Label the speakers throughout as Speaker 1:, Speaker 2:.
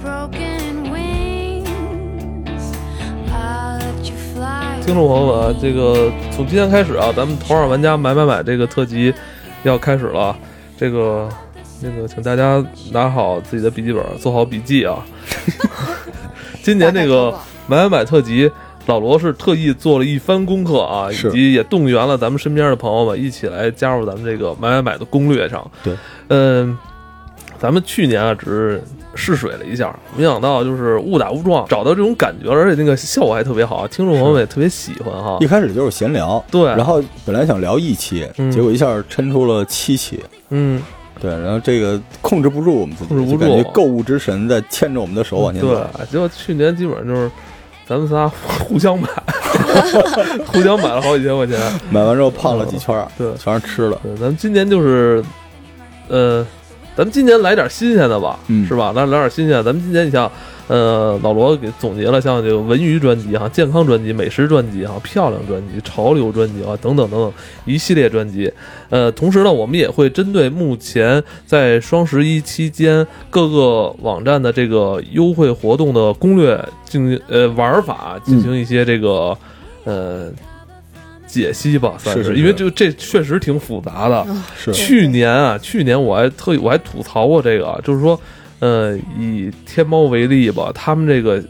Speaker 1: broken wings. I'll let you fly.
Speaker 2: 听众朋友们啊，这个从今天开始啊，咱们《头号玩家买买买》这个特辑要开始了啊。这个那个，请大家拿好自己的笔记本，做好笔记啊。 今年这个买买买特辑，老罗是特意做了一番功课啊，
Speaker 3: 是
Speaker 2: 以及也动员了咱们身边的朋友们一起来加入咱们这个买买买的攻略上。
Speaker 3: 对，
Speaker 2: 嗯，咱们去年啊只是试水了一下，没想到就是误打误撞找到这种感觉了，而且那个效果还特别好，听众朋友们也特别喜欢哈
Speaker 3: 一。开始就是闲聊，
Speaker 2: 啊对
Speaker 3: 然后本来想聊一期，
Speaker 2: 嗯
Speaker 3: 结果一下抻出了七期，
Speaker 2: 嗯，
Speaker 3: 对，然后这个控制不住我们自己，
Speaker 2: 控制不住
Speaker 3: 就感觉购物之神在牵着我们的手往前走，
Speaker 2: 对，结果去年基本上就是咱们仨互相买， 互相买了好几千块钱。
Speaker 3: 买完之后胖了几圈儿，
Speaker 2: 对
Speaker 3: 全是吃的，
Speaker 2: 对，咱们今年就是，呃，咱们今年来点新鲜的吧，
Speaker 3: 嗯
Speaker 2: 是吧？来来点新鲜的。咱们今年你像，呃，老罗给总结了像这个文娱专辑哈、健康专辑、美食专辑哈、漂亮专辑、潮流专辑啊等等等等一系列专辑。呃，同时呢，我们也会针对目前在双十一期间各个网站的这个优惠活动的攻略进行呃玩法进
Speaker 3: 嗯
Speaker 2: 行一些这个、呃。解析吧，算
Speaker 3: 是是嗯
Speaker 2: 因为这
Speaker 3: 是
Speaker 2: 这确实挺复杂的。
Speaker 3: 是
Speaker 2: 去年啊，去年我还特意我还吐槽过这个啊，就是说，呃，以天猫为例吧，他们这个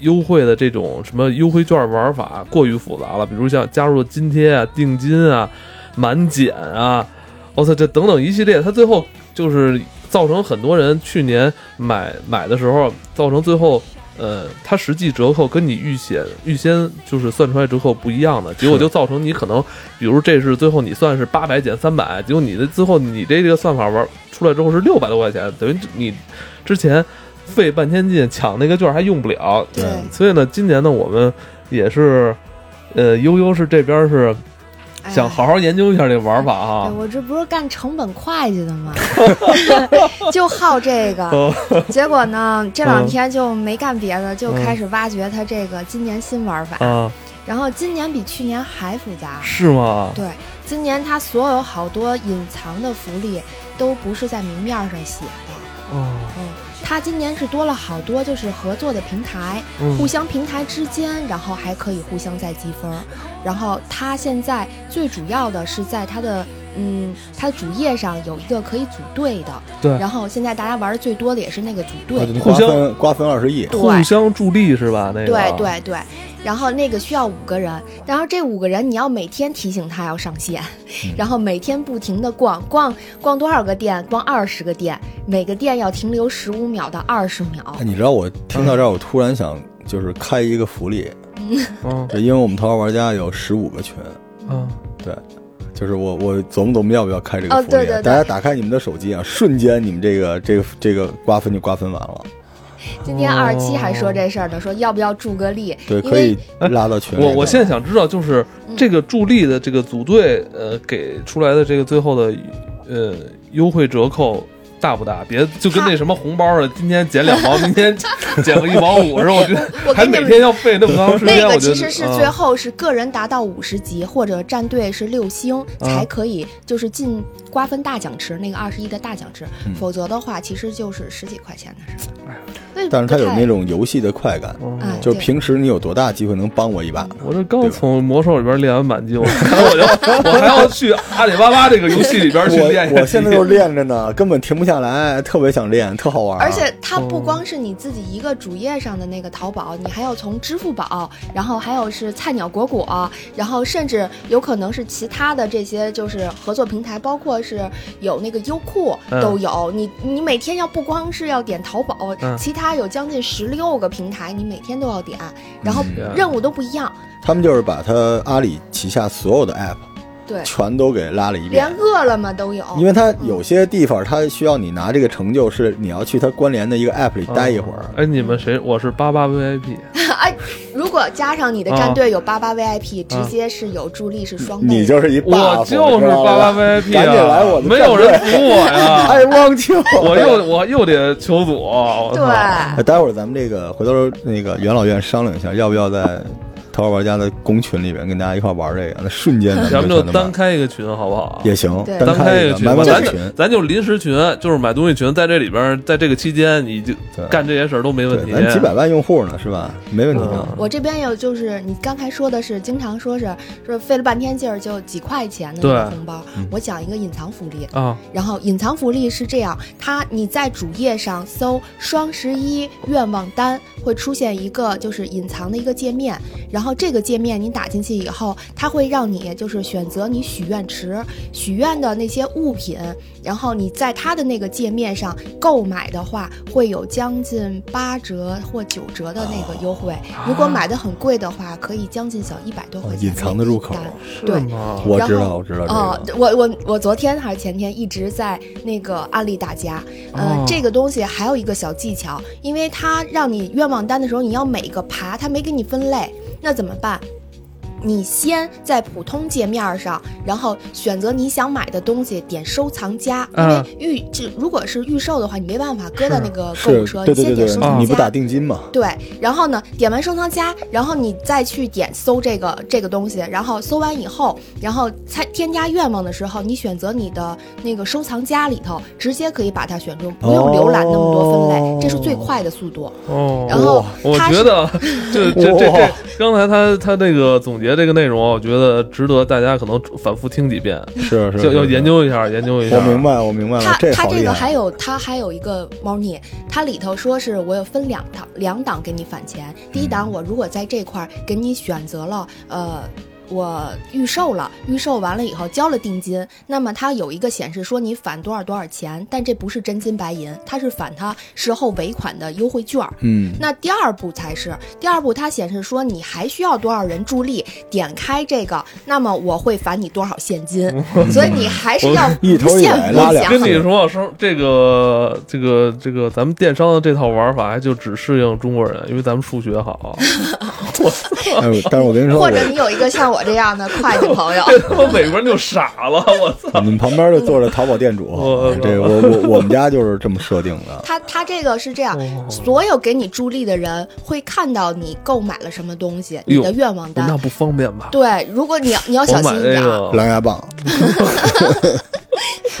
Speaker 2: 优惠的这种什么优惠券玩法过于复杂了，比如像加入津贴啊、定金啊、满减啊，我、操，这等等一系列，它最后就是造成很多人去年买买的时候，造成最后。呃，它实际折扣跟你预先预先就是算出来折扣不一样的，结果
Speaker 3: 是
Speaker 2: 就造成你可能比如这是最后你算是八百减三百，结果你的最后你这个算法玩出来之后是六百多块钱，等于你之前费半天劲抢那个券还用不了。嗯
Speaker 3: 对
Speaker 2: 所以呢，今年呢，我们也是，呃，悠悠是这边是
Speaker 4: 哎呀
Speaker 2: 想好好研究一下这玩法
Speaker 4: 对
Speaker 2: 啊。
Speaker 4: 我这不是干成本会计的 吗？ 就好这个，
Speaker 2: 哦， 嗯
Speaker 4: 结果呢，这两天就没干别的，就开始挖掘它这个今年新玩法。
Speaker 2: 啊，
Speaker 4: 然后今年比去年还复杂，
Speaker 2: 是吗？
Speaker 4: 对，今年它所有好多隐藏的福利都不是在明面上写的，
Speaker 2: 哦，
Speaker 4: 嗯，它今年是多了好多就是合作的平台，互
Speaker 2: 嗯，
Speaker 4: 相平台之间，然后还可以互相再积分儿。然后它现在最主要的是在它的嗯，它主页上有一个可以组队的，
Speaker 2: 对
Speaker 4: 然后现在大家玩的最多的也是那个组
Speaker 3: 那
Speaker 4: 队，
Speaker 3: 就
Speaker 2: 互
Speaker 3: 瓜
Speaker 2: 相
Speaker 3: 分瓜分二十亿，
Speaker 2: 互相助力是吧？那个，
Speaker 4: 对对对。然后那个需要五个人，然后这五个人你要每天提醒他要上线，
Speaker 2: 嗯
Speaker 4: 然后每天不停的逛逛逛多少个店，逛二十个店，每个店要停留十五秒到二十秒
Speaker 3: 哎，。你知道我听到这儿，我突然想就是开一个福利，
Speaker 2: 嗯
Speaker 3: 对，因为我们头号玩家有十五个群，
Speaker 2: 嗯，
Speaker 3: 对，就是我我琢磨琢磨要不要开这个
Speaker 4: 哦
Speaker 3: 福利啊、
Speaker 4: 对对对
Speaker 3: 大家打开你们的手机啊，瞬间你们这个这个这个瓜分就瓜分完了，
Speaker 4: 今天二七还说这事儿呢，说要不要助个力？
Speaker 3: 哦对，
Speaker 4: 因
Speaker 3: 可
Speaker 4: 为
Speaker 3: 以拉到群里。
Speaker 2: 我我现在想知道，就是
Speaker 4: 嗯
Speaker 2: 这个助力的这个组队，呃，给出来的这个最后的呃优惠折扣大不大？别就跟那什么红包似的，今天减两毛，明天 减个一毛五，是吧？我觉得
Speaker 4: 我
Speaker 2: 还
Speaker 4: 跟你们
Speaker 2: 每天要费那么长时
Speaker 4: 那
Speaker 2: 间，
Speaker 4: 个
Speaker 2: 我觉
Speaker 4: 其
Speaker 2: 得
Speaker 4: 实是
Speaker 2: 嗯
Speaker 4: 最后是个人达到五十级或者战队是六星
Speaker 3: 嗯
Speaker 2: 啊
Speaker 4: 才可以，就是进瓜分大奖池那个二十亿的大奖池，
Speaker 3: 嗯
Speaker 4: 否则的话其实就是十几块钱的事儿。那
Speaker 3: 但是它
Speaker 4: 不
Speaker 3: 有
Speaker 4: 太
Speaker 3: 那种游戏的快感，
Speaker 4: 啊，
Speaker 3: 就是
Speaker 4: 对
Speaker 3: 平时你有多大机会能帮我一把？
Speaker 2: 嗯我这刚从魔兽里边练完满级，我我就我还要去阿里巴巴这个游戏里边去练一
Speaker 3: 我
Speaker 2: 下
Speaker 3: 我现在就是练着呢，根本停不下来，特别想练，特好
Speaker 2: 啊
Speaker 3: 玩。
Speaker 4: 而且它不光
Speaker 2: 嗯
Speaker 4: 是你自己一个主页上的那个淘宝，你还要从支付宝，然后还有是菜鸟果果，然后甚至有可能是其他的这些就是合作平台，包括是有那个优酷
Speaker 2: 嗯
Speaker 4: 都有。你你每天要不光是要点淘宝，
Speaker 2: 嗯
Speaker 4: 其他有将近十六个平台，你每天都要点，然后
Speaker 2: 嗯
Speaker 4: 任务都不一样，
Speaker 3: 他们就是把它阿里旗下所有的 app
Speaker 4: 对，
Speaker 3: 全都给拉了一遍
Speaker 4: 连。饿了么都有。
Speaker 3: 因为它有些地方，它需要你拿这个成就，是你要去它关联的一个 app 里待一会儿。
Speaker 2: 哎，你们谁？我是八八 VIP，
Speaker 4: 哎，如果加上你的
Speaker 2: 啊
Speaker 4: 战队有八八 VIP，、
Speaker 2: 啊
Speaker 4: 直接是有助力是双倍的。
Speaker 3: 你就是一 buff，
Speaker 2: 我就是
Speaker 3: 知道吧
Speaker 2: 八八 VIP，
Speaker 3: 赶紧来我
Speaker 2: 啊
Speaker 3: 的，
Speaker 2: 没有人
Speaker 3: 战队 哎
Speaker 2: 服我呀。
Speaker 4: 哎
Speaker 3: I want you，
Speaker 2: 我又我又得求组，我操
Speaker 4: 对。
Speaker 3: 哎待会儿咱们这个回头那个元老院商量一下，要不要在头号玩家的公群里边跟大家一块玩这个，那瞬间
Speaker 2: 咱
Speaker 3: 咱
Speaker 2: 们
Speaker 3: 们
Speaker 2: 就
Speaker 3: 全都
Speaker 2: 单
Speaker 3: 买
Speaker 2: 开一个群好不好？
Speaker 3: 也行，
Speaker 4: 对
Speaker 3: 单
Speaker 2: 单开
Speaker 3: 一
Speaker 2: 一
Speaker 3: 个
Speaker 2: 个群
Speaker 3: 买
Speaker 2: 吧，
Speaker 3: 买
Speaker 2: 咱
Speaker 3: 买
Speaker 2: 就
Speaker 3: 群，
Speaker 2: 咱就临时群，就是买东西群，在这里边儿，在这个期间，你就
Speaker 3: 对
Speaker 2: 干这些事儿都没问
Speaker 3: 对，
Speaker 2: 题。
Speaker 3: 咱几百万用户呢，是吧？没问题啊的。
Speaker 2: 嗯
Speaker 4: 我这边有，就是你刚才说的是，经常说是说费了半天劲儿就几块钱的那个
Speaker 2: 对
Speaker 4: 红包
Speaker 3: 嗯。
Speaker 4: 我讲一个隐藏福利，
Speaker 2: 啊，
Speaker 3: 哦
Speaker 4: 然后隐藏福利是这样，它你在主页上搜“双十一愿望单”，会出现一个就是隐藏的一个界面，然后这个界面你打进去以后，它会让你就是选择你许愿池许愿的那些物品，然后你在它的那个界面上购买的话，会有将近八折或九折的那个优惠，如果买的很贵的话，可以将近小一百多
Speaker 3: 哦
Speaker 4: 块钱、
Speaker 3: 隐藏的入口，
Speaker 2: 是
Speaker 4: 对
Speaker 2: 吗？
Speaker 3: 我
Speaker 4: 然
Speaker 3: 知
Speaker 4: 后
Speaker 3: 道，我知道
Speaker 4: 哦
Speaker 3: 这，啊
Speaker 4: 我我我昨天还是前天一直在那个案例打架，呃
Speaker 2: 哦，
Speaker 4: 这个东西还有一个小技巧，因为它让你愿望单的时候，你要每个爬，它没给你分类，那怎么办？你先在普通界面上，然后选择你想买的东西，点收藏夹，因为
Speaker 2: 嗯
Speaker 4: 预这如果是预售的话，你没办法搁到
Speaker 2: 是
Speaker 4: 那个购
Speaker 3: 个
Speaker 4: 物
Speaker 3: 是，
Speaker 4: 车，
Speaker 3: 对
Speaker 4: 你
Speaker 3: 对
Speaker 4: 先
Speaker 3: 对
Speaker 4: 点收
Speaker 3: 对，
Speaker 4: 藏
Speaker 3: 你不
Speaker 4: 夹
Speaker 3: 打。定金嘛？
Speaker 4: 对，然后呢，点完收藏夹，然后你再去点搜这个这个东西，然后搜完以后，然后才添加愿望的时候，你选择你的那个收藏夹里头，直接可以把它选中，不用浏览那么多分类，这是最快的速度。
Speaker 2: 哦，
Speaker 4: 然后
Speaker 2: 我
Speaker 4: 它
Speaker 2: 觉
Speaker 4: 是
Speaker 2: 得这这这
Speaker 3: 哇
Speaker 2: 这，刚才他他这个总结这个内容啊，我觉得值得大家可能反复听几遍，
Speaker 3: 是啊是，
Speaker 2: 要要
Speaker 3: 是
Speaker 2: 研。究一下，研究一下。
Speaker 3: 我明。白，我明白了
Speaker 4: 它，它
Speaker 3: 好
Speaker 4: 这
Speaker 3: 厉
Speaker 4: 个
Speaker 3: 害
Speaker 4: 还。有它还有一个猫腻，它里头说是我有分两档两档给你返钱，第一
Speaker 3: 嗯
Speaker 4: 档我如果在这块儿给你选择了呃。我预售了，预售完了以后交了定金，那么它有一个显示说你返多少多少钱，但这不是真金白银，它是返它事后尾款的优惠券儿。
Speaker 3: 嗯，
Speaker 4: 那第二步才是，第二步它显示说你还需要多少人助力，点开这个，那么我会返你多少 现金，所以你还是要
Speaker 3: 一头
Speaker 4: 无
Speaker 3: 一
Speaker 4: 限
Speaker 3: 尾
Speaker 4: 回
Speaker 3: 拉两
Speaker 4: 想
Speaker 2: 跟你说，说这个这个这个，咱们电商的这套玩法还就只适应中国人，因为咱们数学 好。，
Speaker 3: 哎呦但是我跟你说，
Speaker 4: 或者你有一个像我这样的会计 朋友
Speaker 2: 这他妈美国人就傻了，我操！
Speaker 3: 我们旁边就坐着淘宝店主哎
Speaker 2: 我，
Speaker 3: 这我我我们家就是这么设定的。
Speaker 4: 他他这个是这样，
Speaker 2: 哦
Speaker 4: 所有给你助力的人会看到你购买了什么东西，你
Speaker 2: 呦
Speaker 4: 的愿望
Speaker 2: 那
Speaker 4: 单。
Speaker 2: 不方便吧？
Speaker 4: 对，如果你要你要
Speaker 2: 我
Speaker 4: 小心
Speaker 2: 买
Speaker 4: 一
Speaker 2: 这
Speaker 4: 点啊。
Speaker 2: 个
Speaker 3: 狼牙棒，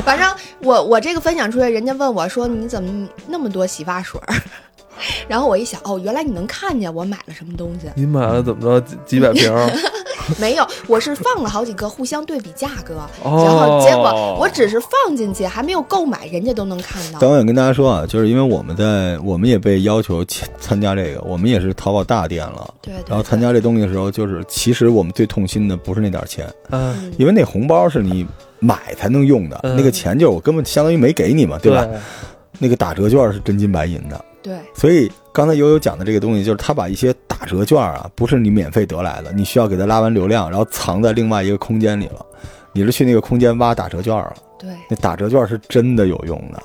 Speaker 4: 反正我我这个分享出去，人家问我说你怎么那么多洗发水儿？ 然后我一想，哦，原来你能看见我买了什么东西。
Speaker 2: 你买了怎么着几几百瓶儿？
Speaker 4: 没有，我是放了好几个，互相对比价格，
Speaker 2: 哦
Speaker 4: 然后结果我只是放进去，还没有购买，人家都能看到。
Speaker 3: 但我想跟大家说啊，就是因为我们在，我们也被要求参参加这个，我们也是淘宝大店了。
Speaker 4: 对对对
Speaker 3: 然后参加这东西的时候，就是其实我们最痛心的不是那点儿钱，
Speaker 2: 嗯，
Speaker 3: 因为那红包是你买才能用的，
Speaker 2: 嗯
Speaker 3: 那个钱就是我根本相当于没给你嘛，对吧？那个打折券是真金白银的，
Speaker 4: 对，
Speaker 3: 所以刚才悠悠讲的这个东西，就是他把一些打折券啊，不是你免费得来的，你需要给他拉完流量，然后藏在另外一个空间里了。你是去那个空间挖打折券了，
Speaker 4: 对，
Speaker 3: 那打折券是真的有用的。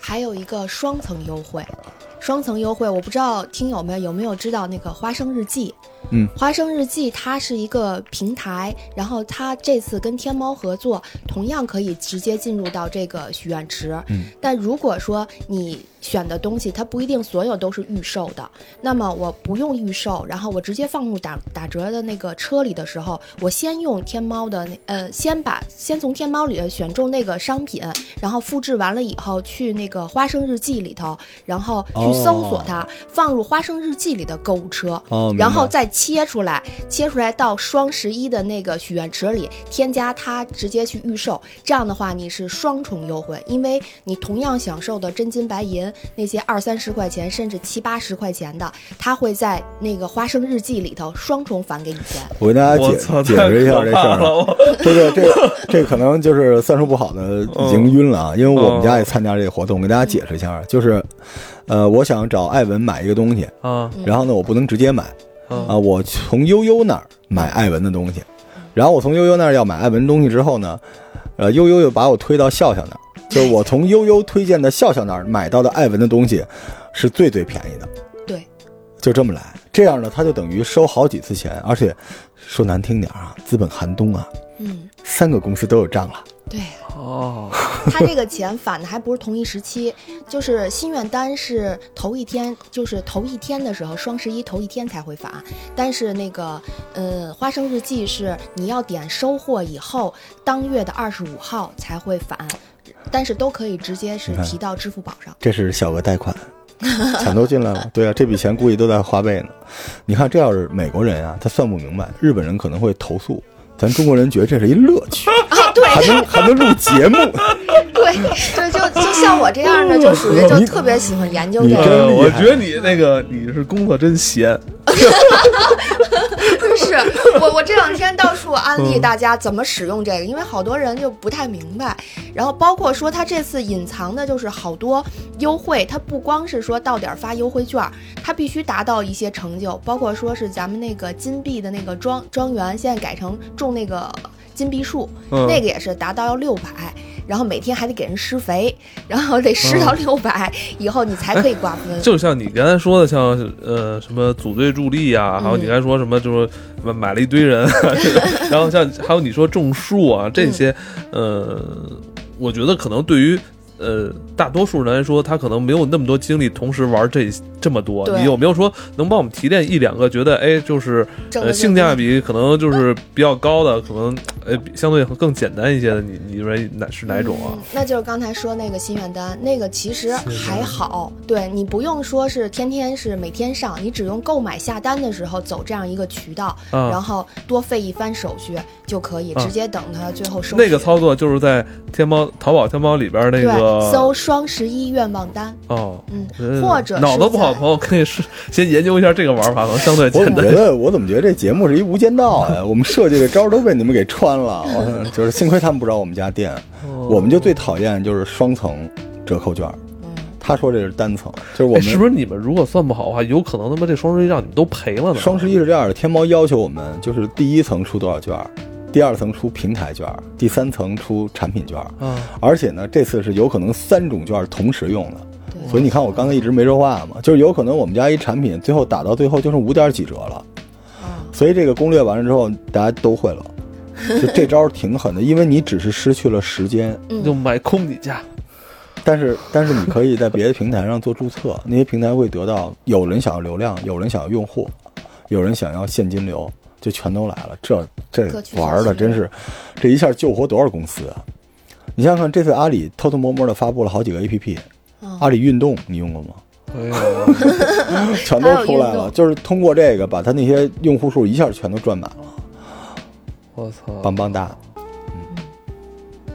Speaker 4: 还有一个双层优惠，双层优惠，我不知道听友们有没有知道那个花生日记。
Speaker 3: 嗯，
Speaker 4: 花生日记它是一个平台，然后它这次跟天猫合作，同样可以直接进入到这个许愿池。
Speaker 3: 嗯，
Speaker 4: 但如果说你选的东西它不一定所有都是预售的，那么我不用预售，然后我直接放入打打折的那个车里的时候，我先用天猫的那呃，先把先从天猫里选中那个商品，然后复制完了以后去那个花生日记里头，然后去搜索它，放入花生日记里的购物车，
Speaker 3: 哦明白
Speaker 4: 然后再切出来，切出来到双十一的那个许愿池里添加它，直接去预售。这样的话你是双重优惠，因为你同样享受的真金白银那些二三十块钱甚至七八十块钱的，它会在那个花生日记里头双重返给你钱。
Speaker 3: 我跟大家
Speaker 2: 我
Speaker 3: 解
Speaker 2: 操，
Speaker 3: 解
Speaker 2: 太
Speaker 3: 释一下这
Speaker 2: 可
Speaker 3: 事
Speaker 2: 怕
Speaker 3: 儿
Speaker 2: 了
Speaker 3: 啊，
Speaker 2: 我
Speaker 3: 这个这个这可能就是算术不好的
Speaker 2: 嗯
Speaker 3: 已经晕了啊，因为我们家也参加这个活动，我给大家解释一下啊，就是，呃，我想找艾文买一个东西，
Speaker 2: 啊
Speaker 3: 然后呢，我不能直接买，啊，
Speaker 2: 啊！
Speaker 3: 我从悠悠那儿买艾文的东西，然后我从悠悠那儿要买艾文东西之后呢，呃，悠悠又把我推到笑笑那儿，就是我从悠悠推荐的笑笑那儿买到的艾文的东西是最最便宜的，
Speaker 4: 对，
Speaker 3: 就这么来，这样呢，他就等于收好几次钱，而且说难听点儿啊，资本寒冬啊，
Speaker 4: 嗯，
Speaker 3: 三个公司都有账了。
Speaker 4: 对，啊
Speaker 2: 哦，
Speaker 4: 他这个钱返的还不是同一时期， 就是心愿单是头一天，就是头一天的时候，双十一头一天才会返。但是那个，呃，花生日记是你要点收货以后，当月的二十五号才会返，但是都可以直接是
Speaker 3: 你看
Speaker 4: 提到支付宝上。
Speaker 3: 这是小额贷款，抢都进来了。对啊，这笔钱估计都在花呗呢。你看，这要是美国人啊，他算不明白，日本人可能会投诉。咱中国人觉得这是一乐趣，
Speaker 4: 啊，对
Speaker 3: 还能还能录 节目，
Speaker 4: 对对，就就像我这样的，就属于就特别喜欢研究这
Speaker 3: 你
Speaker 4: 个，
Speaker 3: 真
Speaker 2: 呃，
Speaker 3: 厉害
Speaker 2: 我觉得你那个你是工作真闲，
Speaker 4: 是我我这两天到处安
Speaker 2: 嗯
Speaker 4: 利大家怎么使用这个，因为好多人就不太明白。然后包括说他这次隐藏的就是好多优惠，他不光是说到点儿发优惠券儿，他必须达到一些成就，包括说是咱们那个金币的那个庄庄园，现在改成种那个金币树，
Speaker 2: 嗯
Speaker 4: 那个也是达到要六百。然后每天还得给人施肥，然后得施到六百、以后，你才可以瓜分。
Speaker 2: 嗯就像你刚才说的，像呃什么组队助力呀、
Speaker 4: 嗯
Speaker 2: 还有你刚才说什么就是买买了一堆人，啊 然后像还有你说种树啊这些，
Speaker 4: 嗯
Speaker 2: 呃，我觉得可能对于。呃，大多数人来说，他可能没有那么多精力同时玩这这么多。
Speaker 4: 对
Speaker 2: 你有没有说能帮我们提炼一两个？觉得哎，就是
Speaker 4: 挣
Speaker 2: 呃
Speaker 4: 得
Speaker 2: 性
Speaker 4: 更
Speaker 2: 价
Speaker 4: 多
Speaker 2: 比可能就是比较高的，可能呃比相对更简单一些的，你你认为哪是哪种啊？
Speaker 4: 嗯那就是刚才说那个心愿单，那个其实还好，对你不用说是天天是每天上，你只用购买下单的时候走这样一个渠道，
Speaker 2: 啊
Speaker 4: 嗯然后多费一番手续就可以，
Speaker 2: 啊
Speaker 4: 直接等它最后收取。
Speaker 2: 那个操作就是在天猫、淘宝、天猫里边那
Speaker 4: 对，
Speaker 2: 个
Speaker 4: 搜双十一愿望单，
Speaker 2: 哦，
Speaker 4: 嗯
Speaker 2: 嗯，
Speaker 4: 或者是
Speaker 2: 脑子不好的
Speaker 4: 在
Speaker 2: 朋友可以是先研究一下这个玩法，可能相对
Speaker 3: 我
Speaker 2: 简
Speaker 3: 怎么
Speaker 2: 单
Speaker 3: 觉。得我怎么觉得这节目是一无间道呀、我们设计的招儿都被你们给穿了，我就是幸亏他们不知道我们家店，
Speaker 2: 哦
Speaker 3: 我们就最讨厌就是双层折扣券儿。
Speaker 4: 嗯，
Speaker 3: 他说这是单层，就是我
Speaker 2: 哎，
Speaker 3: 们
Speaker 2: 是不是你们如果算不好的话，有可能他妈这双十一让你们都赔了呢？
Speaker 3: 双十一是这样的，天猫要求我们就是第一层出多少券儿，第二层出平台券儿，第三层出产品券儿，
Speaker 2: 啊，
Speaker 3: 而且呢，这次是有可能三种券儿同时用的。
Speaker 4: 对
Speaker 3: 所以你看，我刚才一直没说话嘛，就是有可能我们家一产品最后打到最后就剩五点几折了，
Speaker 4: 啊，
Speaker 3: 所以这个攻略完了之后，大家都会了，就这招儿挺狠的，因为你只是失去了时间，
Speaker 4: 嗯
Speaker 2: 就买空你家。
Speaker 3: 但是但是你可以在别的平台上做注册， 那些平台会得到有人想要流量，有人想要用户，有人想要现金流，就全都来了。这
Speaker 4: 各
Speaker 3: 这
Speaker 4: 取所
Speaker 3: 玩儿的
Speaker 4: 需
Speaker 3: 真是，这一下救活多少公司啊！你想想看，这次阿里偷偷摸摸的发布了好几个 APP，
Speaker 4: 嗯
Speaker 3: 阿里运动你用 过吗？
Speaker 2: 哎呦，
Speaker 3: 全都出来
Speaker 4: 还有运
Speaker 3: 了，
Speaker 4: 动
Speaker 3: 就是通过这个把他那些用户数一下全都赚满了。
Speaker 2: 我操！
Speaker 3: 棒棒哒。嗯，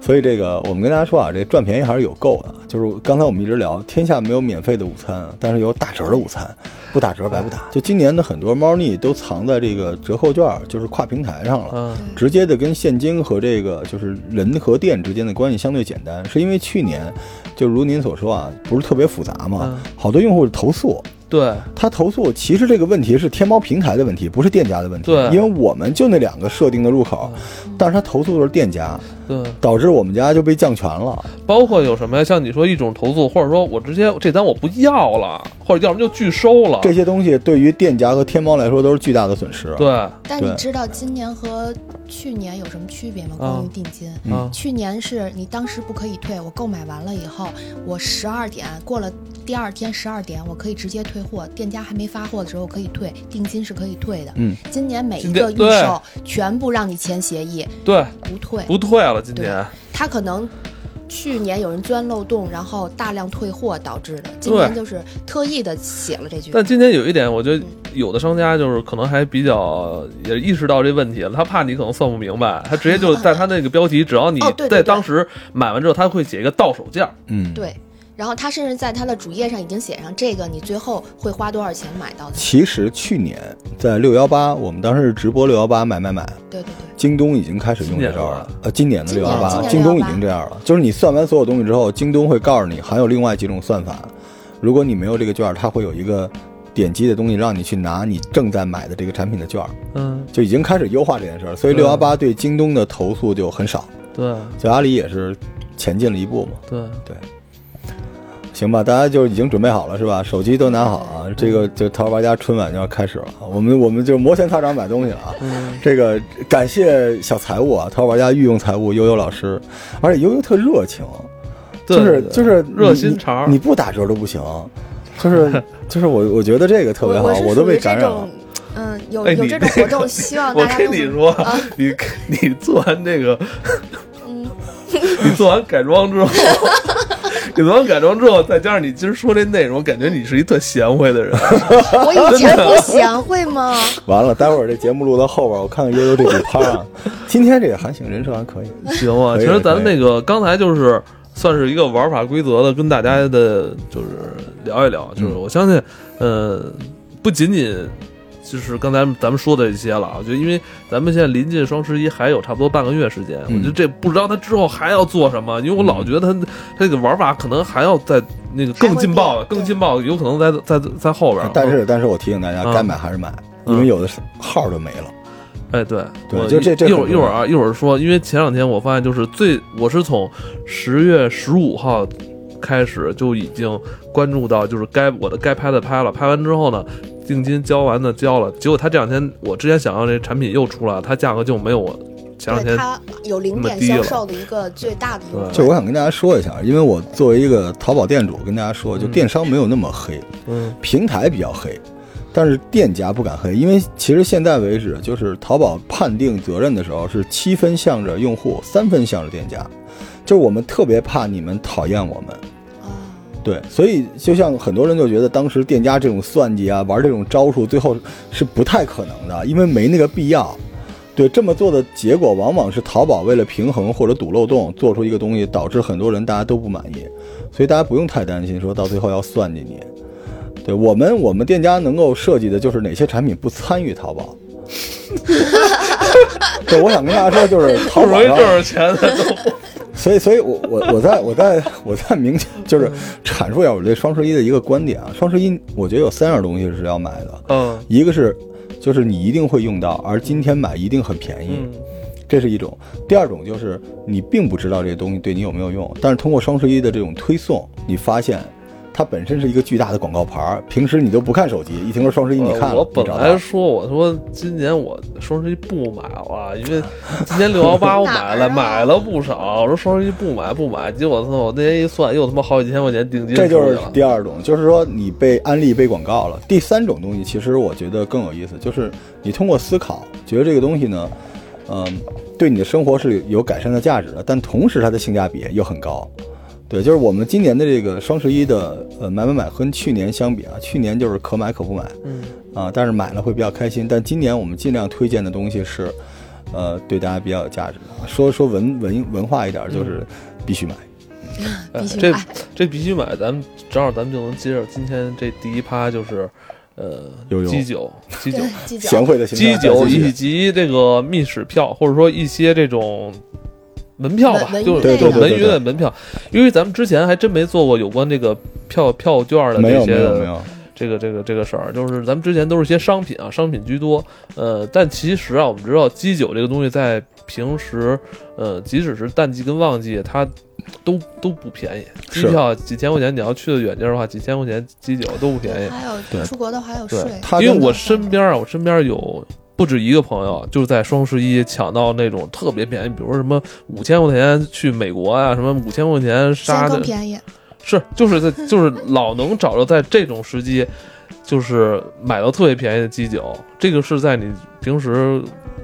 Speaker 3: 所以这个我们跟大家说啊，这赚便宜还是有够的。就是刚才我们一直聊，天下没有免费的午餐，但是有打折的午餐，不打折白不打。就今年的很多猫腻都藏在这个折扣券，就是跨平台上了。
Speaker 2: 嗯，
Speaker 3: 直接的跟现金和这个就是人和店之间的关系相对简单，是因为去年就如您所说啊，不是特别复杂嘛，
Speaker 2: 嗯
Speaker 3: 好多用户投诉，
Speaker 2: 对，
Speaker 3: 他投诉，其实这个问题是天猫平台的问题，不是店家的问题。
Speaker 2: 对嗯
Speaker 3: 因为我们就那两个设定的入口，但是他投诉的是店家，
Speaker 2: 对，
Speaker 3: 导致我们家就被降权了。
Speaker 2: 包括有什么呀？像你说一种投诉，或者说我直接这单我不要了，或者要么就拒收了。
Speaker 3: 这些东西对于店家和天猫来说都是巨大的损失。，
Speaker 2: 对，
Speaker 4: 但你
Speaker 3: 对
Speaker 4: 知道今年和去年有什么区别吗？
Speaker 2: 啊
Speaker 4: 关于定金。
Speaker 3: 嗯
Speaker 2: 啊，
Speaker 4: 去年是你当时不可以退，我购买完了以后，我十二点过了，第二天十二点我可以直接退货，店家还没发货的时候我可以退，定金是可以退的。
Speaker 3: 嗯，
Speaker 4: 今年每一
Speaker 2: 今
Speaker 4: 个
Speaker 2: 天
Speaker 4: 预
Speaker 2: 对
Speaker 4: 售全部让你签协议，
Speaker 2: 对，
Speaker 4: 不退。
Speaker 2: 不退了，今年。
Speaker 4: 他可能去年有人钻漏洞，然后大量退货导致的，今年
Speaker 2: 对
Speaker 4: 就是特意的写了这句。
Speaker 2: 但今天有一点，我觉得有的商家就是可能还比较也意识到这问题了，他怕你可能算不明白，他直接就在他那个标题，只要你
Speaker 4: 哦对对
Speaker 2: 在
Speaker 4: 对
Speaker 2: 当时买完之后，他会写一个到手价，
Speaker 3: 嗯，。
Speaker 4: 对，然后他甚至在他的主页上已经写上这个你最后会花多少钱买到的。
Speaker 3: 其实去年在六幺八，我们当时是直播六幺八买买买，
Speaker 4: 对对对，
Speaker 3: 京东已经开始用这招
Speaker 2: 今年
Speaker 3: 了
Speaker 2: 的吧。
Speaker 3: 呃，今年的
Speaker 4: 今
Speaker 3: 六幺
Speaker 4: 年
Speaker 3: 八，
Speaker 4: 今
Speaker 3: 京
Speaker 4: 年
Speaker 3: 东已
Speaker 4: 618
Speaker 3: 经这样了，就是你算完所有东西之后，京东会告诉你还有另外几种算法，如果你没有这个券儿，它会有一个点击的东西让你去拿你正在买的这个产品的券儿。
Speaker 2: 嗯，
Speaker 3: 就已经开始优化这件事儿，所以
Speaker 2: 对
Speaker 3: 六幺八对京东的投诉就很少，
Speaker 2: 对
Speaker 3: 所以阿里也是前进了一步嘛。
Speaker 2: 对，
Speaker 3: 对，行吧，大家就已经准备好了是吧？手机都拿好啊，这
Speaker 2: 嗯
Speaker 3: 个就淘宝玩家春晚就要开始了，我们我们就摩拳擦掌买东西了啊。
Speaker 2: 嗯
Speaker 3: 这个感谢小财务啊，淘宝玩家御用财务悠悠老师，而且悠悠特热情，
Speaker 2: 对
Speaker 3: 就是
Speaker 2: 对
Speaker 3: 就是
Speaker 2: 热
Speaker 3: 你
Speaker 2: 心肠儿
Speaker 3: 你你不打折都 不行，就是就是我我觉得这个特别好，
Speaker 4: 我
Speaker 3: 我
Speaker 4: 是
Speaker 3: 都
Speaker 4: 属于
Speaker 3: 被感
Speaker 4: 这
Speaker 3: 染了
Speaker 4: 种。，嗯，有
Speaker 2: 哎
Speaker 4: 有
Speaker 2: 你
Speaker 4: 这种活 动，希望
Speaker 2: 我
Speaker 4: 大家
Speaker 2: 跟
Speaker 4: 都
Speaker 2: 你
Speaker 4: 能
Speaker 2: 说
Speaker 4: 啊，
Speaker 2: 你你做完这个，
Speaker 4: 嗯
Speaker 2: 你做完改装之后， 你做完改装之后，再加上你今儿说这内容，感觉你是一特贤惠的人。
Speaker 4: 我以前不贤惠 吗？
Speaker 3: 完了，待会儿这节目录到后边，我看看悠悠这几趴啊。今天这个还行，人设还可以。
Speaker 2: 行啊，
Speaker 3: 可以
Speaker 2: 其实咱们那个刚才就是算是一个玩法规则的，跟大家的就是聊一聊，
Speaker 3: 嗯
Speaker 2: 就是我相信，呃，不仅仅就是刚才咱们说的这些了，我觉得因为咱们现在临近双十一还有差不多半个月时间，我
Speaker 3: 嗯
Speaker 2: 觉得这不知道他之后还要做什么，因为我老觉得他他这个玩法可能还要在那个更劲爆，
Speaker 4: 还会变
Speaker 2: 更劲爆，有可能在在在在后边儿。
Speaker 3: 但是但是我提醒大家，
Speaker 2: 嗯
Speaker 3: 该买还是买，
Speaker 2: 嗯
Speaker 3: 因为有的是号儿都没了。
Speaker 2: 哎，对，
Speaker 3: 对
Speaker 2: 我
Speaker 3: 就这这
Speaker 2: 一会儿
Speaker 3: 很
Speaker 2: 一
Speaker 3: 重
Speaker 2: 会
Speaker 3: 要
Speaker 2: 儿啊，一会儿说，因为前两天我发现就是最，我是从十月十五号开始就已经关注到，就是该我的该拍的拍了，拍完之后呢，定金交完的交了，结果他这两天我之前想要这产品又出来了，它价格就没有我前两
Speaker 4: 对，
Speaker 2: 天
Speaker 4: 它有零
Speaker 2: 那么
Speaker 4: 点
Speaker 2: 低
Speaker 4: 销
Speaker 2: 了
Speaker 4: 售的一个最大的一个
Speaker 2: 对
Speaker 3: 就我想跟大家说一下，因为我作为一个淘宝店主，跟大家说，就
Speaker 2: 嗯
Speaker 3: 电商没有那么黑，
Speaker 2: 嗯
Speaker 3: 平台比较黑，但是店家不敢黑，因为其实现在为止，就是淘宝判定责任的时候是七分向着用户，三分向着店家，就是我们特别怕你们讨厌我们。
Speaker 4: 啊，
Speaker 3: 对，所以就像很多人就觉得当时店家这种算计啊，玩这种招数，最后是不太可能的，因为没那个必要。对，这么做的结果往往是淘宝为了平衡或者堵漏洞，做出一个东西，导致很多人大家都不满意，所以大家不用太担心，说到最后要算计你。对我们，我们店家能够设计的就是哪些产品不参与淘宝。 对，我想跟大家说，就是
Speaker 2: 不
Speaker 3: 淘
Speaker 2: 容
Speaker 3: 宝
Speaker 2: 易
Speaker 3: 上
Speaker 2: 挣着钱的都
Speaker 3: 所以，所以我我我在我在我在明确就是阐述一下我对双十一的一个观点啊。双十一我觉得有三样东西是要买的，
Speaker 2: 嗯
Speaker 3: 一个是就是你一定会用到，而今天买一定很便宜，
Speaker 2: 嗯
Speaker 3: 这是一种；第二种就是你并不知道这些东西对你有没有用，但是通过双十一的这种推送，你发现它本身是一个巨大的广告牌儿，平时你都不看手机，一听说双十一你看了，
Speaker 2: 呃我本
Speaker 3: 你找
Speaker 2: 来
Speaker 3: 到
Speaker 2: 说我说今年我双十一不买了，因为今年六幺八我买了
Speaker 4: 哪儿啊
Speaker 2: 买了不少，我说双十一不买不买，结果他妈我那天一算，又他妈好几千块钱定金出
Speaker 3: 这
Speaker 2: 去
Speaker 3: 就是
Speaker 2: 了。
Speaker 3: 第二种，就是说你被安利、被广告了。第三种东西，其实我觉得更有意思，就是你通过思考，觉得这个东西呢，嗯，对你的生活是有改善的价值的，但同时它的性价比又很高。对，就是我们今年的这个双十一的呃买买买和去年相比啊，去年就是可买可不买
Speaker 2: 嗯，
Speaker 3: 啊，但是买了会比较开心。但今年我们尽量推荐的东西是，呃，对大家比较有价值的。说说文文文化一点，
Speaker 2: 嗯
Speaker 3: 就是必须买。
Speaker 2: 哎
Speaker 4: 必须
Speaker 2: 这
Speaker 4: 买
Speaker 2: 这必须买，咱们正好咱们就能接着今天这第一趴就是，呃
Speaker 3: 悠，悠
Speaker 2: 鸡酒鸡酒
Speaker 4: 对，计较
Speaker 3: 贤惠的形
Speaker 2: 鸡
Speaker 3: 象
Speaker 2: 酒
Speaker 3: 再继续
Speaker 2: 以及这个密室票，或者说一些这种门票吧，
Speaker 4: 文
Speaker 2: 就是
Speaker 4: 文娱类的
Speaker 2: 就是文娱的门票，因为咱们之前还真没做过有关这个票票券的
Speaker 3: 没
Speaker 2: 这
Speaker 3: 有
Speaker 2: 些
Speaker 3: 没有没有，
Speaker 2: 这个这个这个事儿，就是咱们之前都是些商品啊，商品居多。呃，但其实啊，我们知道基酒这个东西在平时，呃，即使是淡季跟旺季，它都都不便宜。机
Speaker 3: 是
Speaker 2: 票几千块钱，你要去的远地儿的话，几千块钱基酒都不便宜。
Speaker 4: 还
Speaker 3: 对
Speaker 4: 有出国的话还有
Speaker 2: 对
Speaker 4: 税，
Speaker 3: 他
Speaker 2: 因为
Speaker 3: 跟
Speaker 2: 我身边啊，我身边有不止一个朋友，啊就是在双十一抢到那种特别便宜，比如说什么五千块钱去美国啊，什么五千块钱
Speaker 4: 现
Speaker 2: 杀
Speaker 4: 在
Speaker 2: 的
Speaker 4: 更，便宜，
Speaker 2: 是就是在就是老能找着在这种时机，就是买到特别便宜的基酒，这个是在你平时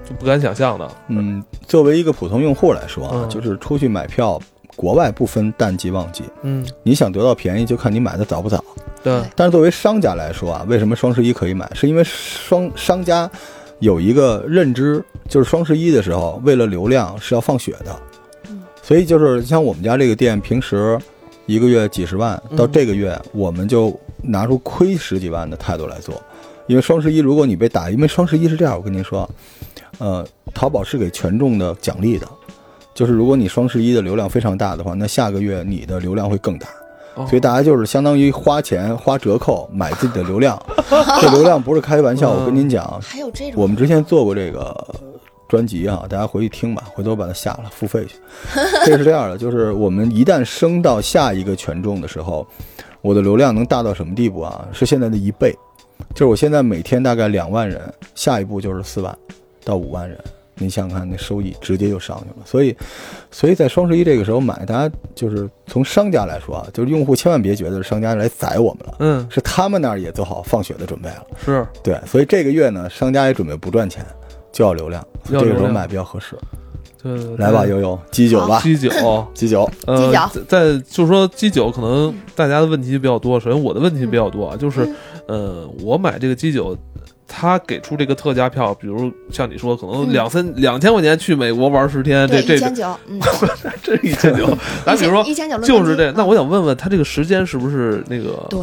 Speaker 2: 就不敢想象的。
Speaker 3: 嗯，作为一个普通用户来说啊，
Speaker 2: 嗯
Speaker 3: 就是出去买票，国外不分淡季旺季，
Speaker 2: 嗯，
Speaker 3: 你想得到便宜就看你买的早不早。
Speaker 2: 对，
Speaker 3: 但是作为商家来说啊，为什么双十一可以买？是因为双商家有一个认知，就是双十一的时候，为了流量是要放血的
Speaker 4: 嗯，
Speaker 3: 所以就是像我们家这个店，平时一个月几十万，到
Speaker 2: 嗯
Speaker 3: 这个月我们就拿出亏十几万的态度来做，因为双十一如果你被打，因为双十一是这样，我跟您说，呃，淘宝是给权重的奖励的。就是如果你双十一的流量非常大的话，那下个月你的流量会更大。
Speaker 2: 哦
Speaker 3: 所以大家就是相当于花钱花折扣买自己的流量，这流量不是开玩笑，
Speaker 2: 嗯
Speaker 3: 我跟您讲，
Speaker 4: 还有这种
Speaker 3: 我们之前做过这个专辑啊，大家回去听吧，回头把它下了，付费去。这是这样的，就是我们一旦升到下一个权重的时候，我的流量能大到什么地步啊？是现在的一倍，就是我现在每天大概两万人，下一步就是四万到五万人。你想想看，那收益直接就上去了。所以，所以在双十一这个时候买，大家就是从商家来说啊，就是用户千万别觉得是商家来宰我们了，
Speaker 2: 嗯，
Speaker 3: 是他们那儿也做好放血的准备了。
Speaker 2: 是
Speaker 3: 对，所以这个月呢，商家也准备不赚钱，就要流量，
Speaker 2: 要
Speaker 3: 这
Speaker 2: 流量
Speaker 3: 个时候买比较合适。
Speaker 2: 对对对
Speaker 3: 来吧，悠悠，鸡酒吧，
Speaker 2: 鸡酒，
Speaker 3: 鸡酒，
Speaker 2: 呃
Speaker 4: 鸡脚，
Speaker 2: 在在就是说鸡酒，可能大家的问题比较多。首先，我的问题比较多啊，就是呃，我买这个鸡酒，他给出这个特价票，比如像你说，可能两三两千块钱去美国玩十天，这
Speaker 4: 对，
Speaker 2: 这
Speaker 4: 一
Speaker 2: 这
Speaker 4: 千九，嗯，
Speaker 2: 这一千九， 咱比如说
Speaker 4: 一千九
Speaker 2: 就是这，那我想问问他这个时间是不是那个
Speaker 4: 啊对，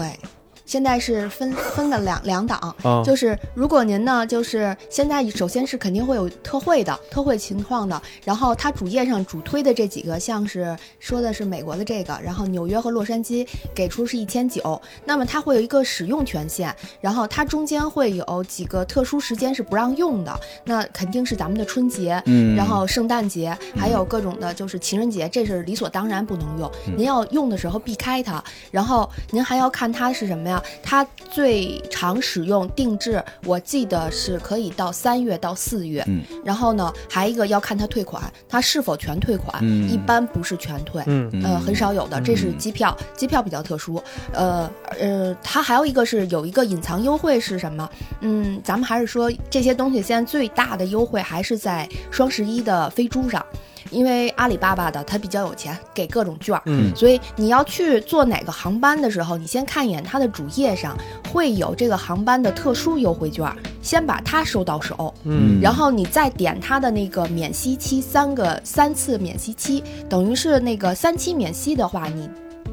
Speaker 4: 现在是分分了两两档。
Speaker 2: 啊？
Speaker 4: 就是如果您呢，就是现在首先是肯定会有特惠的特惠情况的，然后它主页上主推的这几个，像是说的是美国的这个，然后纽约和洛杉矶给出是一千九，那么它会有一个使用权限，然后它中间会有几个特殊时间是不让用的，那肯定是咱们的春节，
Speaker 3: 嗯，
Speaker 4: 然后圣诞节，还有各种的，就是情人节，这是理所当然不能用。
Speaker 3: 嗯
Speaker 4: 您要用的时候避开它，然后您还要看它是什么呀？它最常使用定制，我记得是可以到三月到四月。
Speaker 3: 嗯
Speaker 4: 然后呢，还一个要看它退款，它是否全退款，
Speaker 3: 嗯
Speaker 4: 一般不是全退。
Speaker 2: 嗯
Speaker 4: 呃，很少有的，这是机票，机票比较特殊。呃呃，它还有一个是有一个隐藏优惠是什么？嗯，咱们还是说这些东西现在最大的优惠还是在双十一的飞猪上，因为阿里巴巴的它比较有钱，给各种券儿。
Speaker 2: 嗯
Speaker 4: 所以你要去坐哪个航班的时候，你先看一眼它的主页上会有这个航班的特殊优惠券儿，先把它收到手。
Speaker 2: 嗯
Speaker 4: 然后你再点它的那个免息期三个三次免息期，等于是那个三期免息的话，你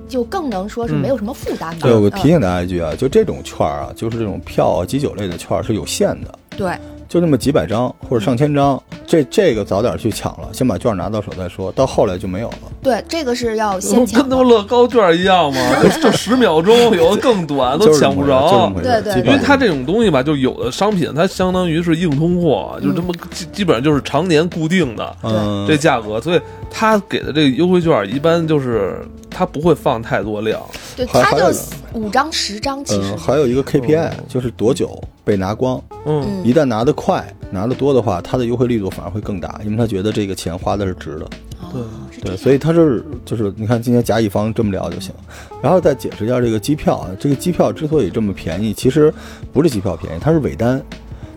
Speaker 4: 就更能说是没有什么负担的。
Speaker 3: 对，我提
Speaker 4: 嗯、
Speaker 3: 醒大家一句啊，就这种券儿啊，就是这种票啊、鸡酒类的券儿是有限的，
Speaker 4: 对，
Speaker 3: 就那么几百张或者上千张，这这个早点去抢了，先把券儿拿到手再说，到后来就没有了。
Speaker 4: 对，这个是要先
Speaker 2: 跟
Speaker 4: 抢
Speaker 2: 他
Speaker 4: 的。
Speaker 2: 妈乐高券一样 嘛，就就十秒钟，有的更短，都
Speaker 3: 就是这
Speaker 2: 抢
Speaker 3: 么
Speaker 2: 不
Speaker 3: 回事就这
Speaker 2: 着
Speaker 3: 么。回事
Speaker 4: 对对
Speaker 3: 基
Speaker 2: 因
Speaker 3: 本
Speaker 2: 为
Speaker 3: 上
Speaker 2: 它这种东西吧，就有的商品它相当于是硬通货，啊
Speaker 4: 嗯
Speaker 2: 就这么基基本上就是常年固定的
Speaker 3: 嗯，
Speaker 2: 这价格，所以它给的这个优惠券一般就是它不会放太多量。
Speaker 4: 对，
Speaker 3: 还
Speaker 4: 它
Speaker 3: 还有
Speaker 4: 就
Speaker 3: 一个
Speaker 4: 五张十张，其实、
Speaker 3: 嗯，还有一个 KPI 就是多久被拿光，
Speaker 2: 嗯
Speaker 4: 嗯
Speaker 3: 一旦拿得快、拿得多的话，它的优惠力度反而会更大，因为他觉得这个钱花的是值的。
Speaker 4: 哦，是这
Speaker 3: 对，
Speaker 4: 样
Speaker 3: 所以他是就是你看今天甲乙方这么聊就行，然后再解释一下这个机票啊，这个机票之所以这么便宜，其实不是机票便宜，它是尾单，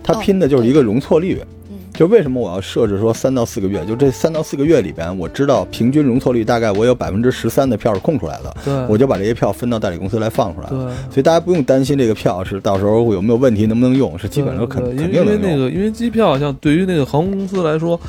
Speaker 3: 它
Speaker 4: 哦
Speaker 3: 拼的就是一个容错率。
Speaker 4: 嗯
Speaker 3: 就为什么我要设置说三到四个月？就这三到四个月里边，我知道平均容错率大概我有百分之十三的票是空出来的，
Speaker 2: 对
Speaker 3: 我就把这些票分到代理公司来放出来了。
Speaker 2: 嗯对。
Speaker 3: 所以大家不用担心这个票是到时候会有没有问题，能不能用，是基本上肯
Speaker 2: 对对
Speaker 3: 肯
Speaker 2: 呃因
Speaker 3: 定
Speaker 2: 为
Speaker 3: 能
Speaker 2: 因为那
Speaker 3: 用。
Speaker 2: 个因为机票，像对于那个航空公司来说，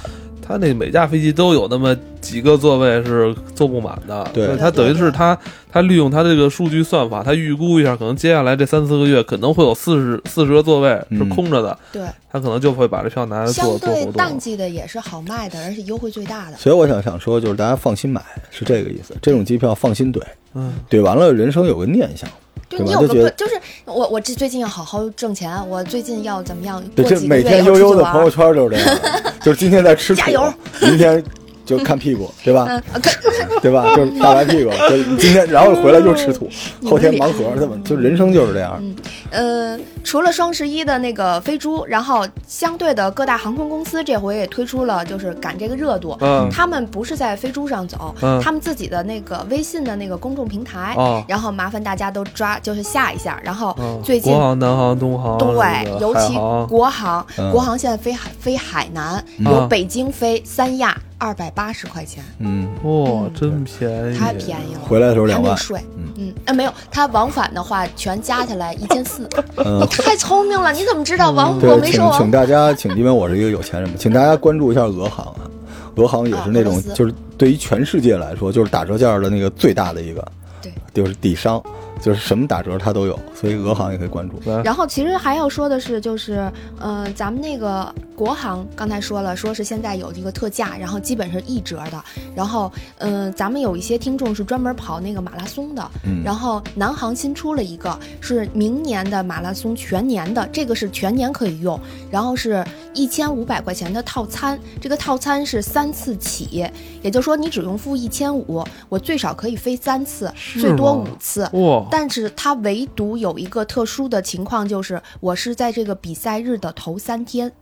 Speaker 2: 它那每架飞机都有那么几个座位是坐不满的，
Speaker 3: 对
Speaker 2: 所以它等于是它它利用它这个数据算法，它预估一下，可能接下来这三四个月可能会有四十四十个座位
Speaker 3: 嗯
Speaker 2: 是空着的，
Speaker 4: 对，
Speaker 2: 它可能就会把这票拿来做
Speaker 4: 相
Speaker 2: 做
Speaker 4: 对
Speaker 2: 活
Speaker 4: 淡
Speaker 2: 动。
Speaker 4: 季的也是好卖的，而且优惠最大的。
Speaker 3: 所以我想想说，就是大家放心买，是这个意思。这种机票放心怼，
Speaker 2: 嗯，
Speaker 3: 怼完了人生有个念想，
Speaker 4: 就
Speaker 3: 对
Speaker 4: 你
Speaker 3: 吧
Speaker 4: 有
Speaker 3: 就
Speaker 4: 个
Speaker 3: 觉得
Speaker 4: 不，就是我我这最近要好好挣钱，我最近要怎么样？
Speaker 3: 对，
Speaker 4: 过
Speaker 3: 这
Speaker 4: 几个
Speaker 3: 每
Speaker 4: 月
Speaker 3: 天
Speaker 4: 要
Speaker 3: 悠
Speaker 4: 出
Speaker 3: 悠
Speaker 4: 去
Speaker 3: 的
Speaker 4: 玩
Speaker 3: 朋友
Speaker 4: 儿。
Speaker 3: 圈就是这样的，就是今天在 吃
Speaker 4: 加
Speaker 3: 土
Speaker 4: 油，
Speaker 3: 明天就看屁股，对吧？
Speaker 4: 嗯，可
Speaker 3: 对吧？就是大白屁股，就是今天然后回来又吃土，
Speaker 4: 嗯你们
Speaker 3: 后天
Speaker 4: 俩
Speaker 3: 盲盒，对吧？就人生就是这样。
Speaker 4: 呃，除了双十一的那个飞猪，然后相对的各大航空公司这回也推出了，就是赶这个热度。
Speaker 2: 嗯
Speaker 4: 他们不是在飞猪上走，
Speaker 2: 嗯
Speaker 4: 他们自己的那个微信的那个公众平台，
Speaker 2: 哦
Speaker 4: 然后麻烦大家都抓，就是下一下。然后
Speaker 2: 嗯
Speaker 4: 最近、
Speaker 2: 国航、南航、东航什么的，
Speaker 4: 对，尤
Speaker 2: 海
Speaker 4: 其
Speaker 2: 航
Speaker 4: 国航，
Speaker 3: 嗯
Speaker 4: 国航现在飞海飞海南，
Speaker 3: 嗯
Speaker 4: 由北京飞三亚，二百八十块钱，
Speaker 3: 嗯，
Speaker 2: 哇，真便宜，
Speaker 4: 太便宜了。
Speaker 3: 回来的时候
Speaker 4: 还
Speaker 3: 两
Speaker 4: 没
Speaker 3: 万，
Speaker 4: 税，
Speaker 3: 嗯
Speaker 4: 嗯，哎，没有，他往返的话全加起来一千四，
Speaker 3: 嗯
Speaker 4: 你，太聪明了，你怎么知道往
Speaker 3: 对
Speaker 4: 我，没说啊
Speaker 3: 请请
Speaker 4: 往？
Speaker 3: 大家，请因为我是一个有钱人嘛，请大家关注一下俄航啊，俄航也是那
Speaker 4: 啊俄
Speaker 3: 种
Speaker 4: 罗斯
Speaker 3: 就是对于全世界来说就是打折价的那个最大的一个，
Speaker 4: 对，
Speaker 3: 就是底商。就是什么打折它都有，所以俄航也可以关注。
Speaker 2: 来，
Speaker 4: 然后其实还要说的是，就是呃，咱们那个国航刚才说了，说是现在有一个特价，然后基本是一折的。然后嗯、呃咱们有一些听众是专门跑那个马拉松的，
Speaker 3: 嗯
Speaker 4: 然后南航新出了一个是明年的马拉松全年的，这个是全年可以用，然后是一千五百块钱的套餐，这个套餐是三次起，也就是说你只用付一千五，我最少可以飞三次，
Speaker 2: 是
Speaker 4: 最多
Speaker 2: 吗
Speaker 4: 五次。
Speaker 2: 哇，
Speaker 4: 但是它唯独有一个特殊的情况，就是我是在这个比赛日的头三天，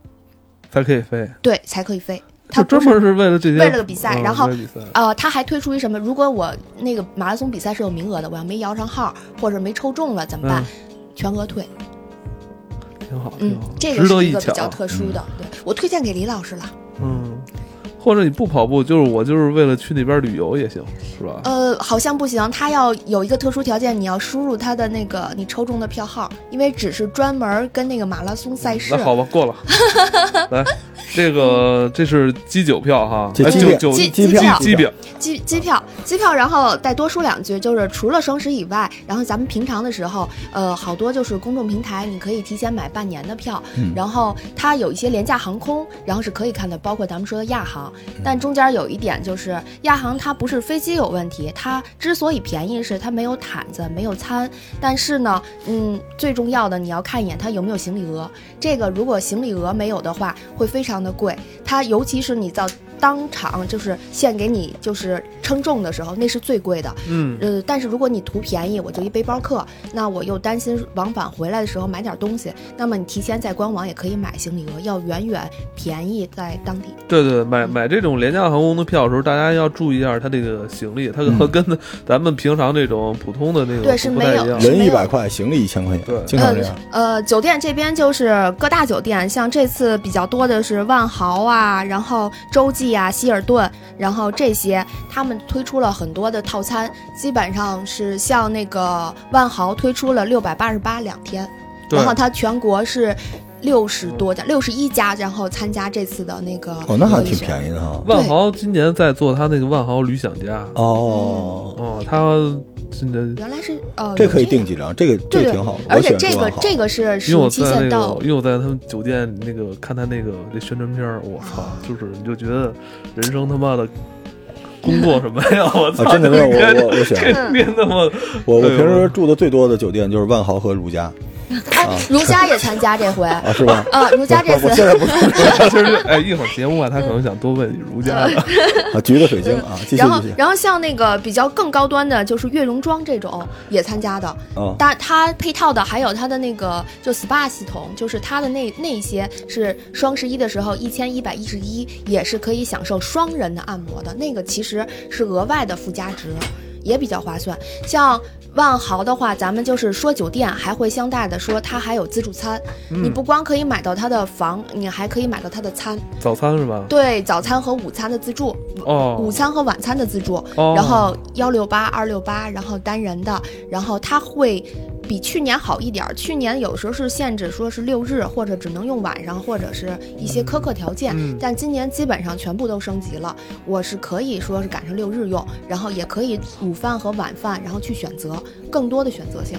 Speaker 2: 才可以飞，
Speaker 4: 对才可以飞。它
Speaker 2: 就
Speaker 4: 不
Speaker 2: 专门
Speaker 4: 是
Speaker 2: 是为了这些，
Speaker 4: 为了个比赛
Speaker 2: 嗯
Speaker 4: 然后
Speaker 2: 为了比 赛
Speaker 4: 呃，它还推出一什么？如果我那个马拉松比赛是有名额的，我要没摇上号或者没抽中了怎
Speaker 2: 嗯
Speaker 4: 么办？全额退。
Speaker 2: 挺好，
Speaker 4: 嗯
Speaker 2: 挺好，，
Speaker 4: 这
Speaker 2: 值
Speaker 4: 个
Speaker 2: 得
Speaker 4: 是一
Speaker 2: 一
Speaker 4: 个比较
Speaker 2: 抢，
Speaker 4: 特殊的，对我推荐给李老师了。
Speaker 2: 嗯。或者你不跑步，就是我就是为了去那边旅游也行，是吧？
Speaker 4: 呃，好像不行，它要有一个特殊条件，你要输入它的那个你抽中的票号，因为只是专门跟那个马拉松赛事
Speaker 2: 嗯那。好吧，过 了。来，这个这是鸡酒票哈，
Speaker 3: 这
Speaker 2: 哎
Speaker 3: 鸡
Speaker 2: 酒
Speaker 3: 饼
Speaker 2: 酒
Speaker 4: 鸡
Speaker 3: 机
Speaker 4: 机
Speaker 3: 票
Speaker 4: 票
Speaker 2: 鸡饼，
Speaker 4: 机机票，机票，然后再多说两句，就是除了双十以外，然后咱们平常的时候，呃，好多就是公众平台，你可以提前买半年的票，
Speaker 3: 嗯
Speaker 4: 然后它有一些廉价航空，然后是可以看的，包括咱们说的亚航，但中间有一点就是亚航它不是飞机有问题，它之所以便宜是它没有毯子，没有餐，但是呢，嗯，最重要的你要看一眼它有没有行李额，这个如果行李额没有的话，会非常的贵。它尤其是你到当场就是现给你就是称重的时候，那是最贵的。
Speaker 2: 嗯，
Speaker 4: 呃，但是如果你图便宜，我就一背包客，那我又担心往返回来的时候买点东西，那么你提前在官网也可以买行李额，要远远便宜在当地。
Speaker 2: 对对，对买买这种廉价航空的票的时候，大家要注意一下它这个行李，它和跟咱们平常这种普通的那种
Speaker 4: 对是
Speaker 2: 不太
Speaker 4: 没
Speaker 2: 一
Speaker 4: 有
Speaker 2: 样。
Speaker 4: 是
Speaker 3: 人
Speaker 4: 没
Speaker 3: 一
Speaker 4: 有
Speaker 3: 百块，行李一千块
Speaker 2: 对
Speaker 3: 钱，经常这样。
Speaker 4: 呃，酒店这边就是各大酒店，像这次比较多的是万豪啊，然后洲际啊、希尔顿，然后这些他们推出了很多的套餐，基本上是像那个万豪推出了六百八十八两天，
Speaker 2: 对
Speaker 4: 然后它全国是六十多家，六十一家，然后参加这次的那个
Speaker 3: 哦，那还挺
Speaker 4: 宜。
Speaker 3: 便宜的哈。
Speaker 2: 万豪今年在做它那个万豪旅享家，
Speaker 3: 哦，
Speaker 4: 嗯
Speaker 2: 哦，它真的，
Speaker 4: 原来是呃，
Speaker 3: 这可以
Speaker 4: 有样
Speaker 3: 订几张，这个这个
Speaker 4: 对对
Speaker 3: 挺好的。
Speaker 4: 而且
Speaker 3: 我选
Speaker 4: 这
Speaker 3: 万
Speaker 4: 个
Speaker 3: 豪
Speaker 4: 这个是使
Speaker 2: 因为我
Speaker 4: 用期
Speaker 2: 在那
Speaker 4: 限到
Speaker 2: 个，因为我在他们酒店那个看他那个那宣传片儿，我操，
Speaker 4: 啊
Speaker 2: 就是你就觉得人生他妈的工作什么呀，我操，
Speaker 3: 啊，真的，
Speaker 2: 就是
Speaker 3: 我我我我选
Speaker 2: 天
Speaker 4: 嗯
Speaker 2: 天他 妈
Speaker 3: 我我
Speaker 2: 对
Speaker 3: 平时住的最多的酒店就是万豪和如家
Speaker 4: 哎，如家也参 加这回。
Speaker 3: 啊，是 吧？
Speaker 4: 呃，如家这
Speaker 3: 我我现
Speaker 4: 次
Speaker 3: 在 不是
Speaker 2: 其实哎，一会儿节目啊，他可能想多问儒家的，
Speaker 3: 啊，橘子水晶啊，继续
Speaker 4: 然后
Speaker 3: 继续，
Speaker 4: 然后像那个比较更高端的，就是悦榕庄这种也参加的，
Speaker 3: 啊，
Speaker 4: 但它配套的还有它的那个就 SPA 系统，就是它的那那一些是双十一的时候一千一百一十一也是可以享受双人的按摩的，那个其实是额外的附加值，也比较划算。像万豪的话，咱们就是说酒店，还会相带的说它还有自助餐，你不光可以买到它的房，你还可以买到它的餐，
Speaker 2: 早餐是吧？
Speaker 4: 嗯对，早餐和午餐的自助，
Speaker 2: 哦，
Speaker 4: 午餐和晚餐的自助，
Speaker 2: 哦
Speaker 4: 然后幺六八、二六八，然后单人的，然后它会比去年好一点儿。去年有时候是限制说是六日，或者只能用晚上，或者是一些苛刻条件，
Speaker 2: 嗯
Speaker 4: 但今年基本上全部都升级了。我是可以说是赶上六日用，然后也可以午饭和晚饭，然后去选择更多的选择性。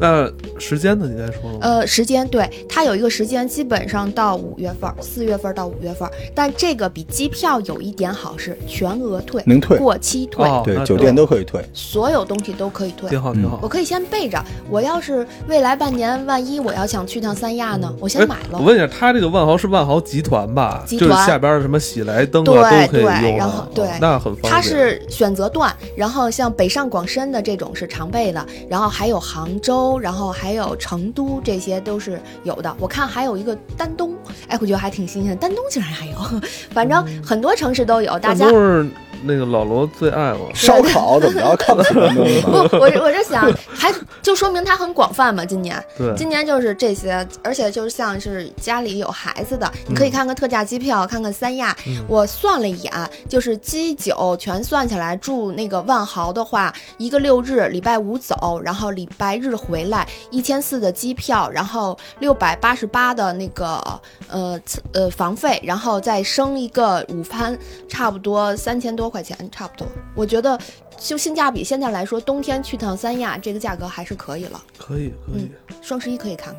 Speaker 2: 那时间呢？你该说了吗？
Speaker 4: 呃，时间对它有一个时间，基本上到五月份儿，四月份儿到五月份儿。但这个比机票有一点好是全额退，
Speaker 3: 能退
Speaker 4: 过期退，
Speaker 2: 哦那
Speaker 3: 对，
Speaker 2: 挺
Speaker 3: 酒
Speaker 2: 好
Speaker 3: 店都可以退，
Speaker 4: 所有东西都可以退。
Speaker 2: 挺好，挺
Speaker 3: 嗯
Speaker 2: 好
Speaker 4: 我。可以先备着，我要是未来半年万一我要想去趟三亚呢，我
Speaker 2: 哎
Speaker 4: 先买
Speaker 2: 我
Speaker 4: 了。
Speaker 2: 问一下，他这个万豪是万豪集团吧？
Speaker 4: 集
Speaker 2: 就是
Speaker 4: 团
Speaker 2: 下边儿什么喜来登啊
Speaker 4: 对
Speaker 2: 都可以
Speaker 4: 对
Speaker 2: 用啊，
Speaker 4: 然后
Speaker 2: 哦
Speaker 4: 对
Speaker 2: 那很方便。
Speaker 4: 它是选择段，然后像北上广深的这种是常备的，然后还有杭州，然后还有成都，这些都是有的。我看还有一个丹东，哎，我觉得还挺新鲜，丹东竟然还有， 反正
Speaker 2: 嗯
Speaker 4: 很多城市都有。大
Speaker 2: 但
Speaker 4: 家
Speaker 2: 都是那个老罗最爱嘛。
Speaker 3: 烧烤怎么 着，看不起关东
Speaker 4: 不，
Speaker 3: 吗？
Speaker 4: 我这我这想，还就说明它很广泛嘛。今年，
Speaker 2: 对
Speaker 4: 今年就是这些，而且就是像是家里有孩子的，你可以看看特价机票，看看三亚。我算了一眼，就是机酒全算起来，住那个万豪的话，一个六日，礼拜五走，然后礼拜日回来，一千四的机票，然后六百八十八的那个呃次呃房费，然后再升一个午餐，差不多三千多块钱，差不多。我觉得就性价比现在来说，冬天去趟三亚这个价格还是可以了。
Speaker 2: 可以可
Speaker 4: 嗯
Speaker 2: 以
Speaker 4: 双十一可以看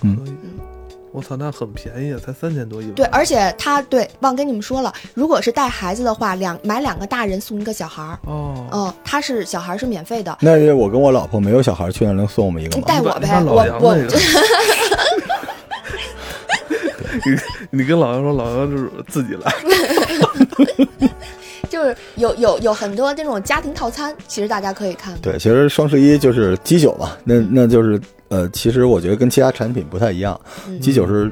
Speaker 4: 看。
Speaker 2: 可以。我操，那很便宜啊，才三千多一晚。
Speaker 4: 对，而且他对忘跟你们说了，如果是带孩子的话，两买两个大人送一个小孩儿，
Speaker 2: 哦，
Speaker 4: 嗯，他是小孩儿是免费的。
Speaker 3: 那是我跟我老婆没有小孩去那儿能送我们一个
Speaker 4: 你
Speaker 3: 吗？
Speaker 4: 带
Speaker 2: 你
Speaker 4: 我
Speaker 2: 把你把
Speaker 4: 呗，
Speaker 2: 老
Speaker 4: 我
Speaker 2: 杨
Speaker 4: 我
Speaker 2: 那个你你跟老杨说，老杨就是自己来。
Speaker 4: 就是有有有很多这种家庭套餐，其实大家可以看看。
Speaker 3: 对，其实双十一就是基酒嘛，那那就是呃，其实我觉得跟其他产品不太一样，
Speaker 4: 嗯
Speaker 3: 基酒是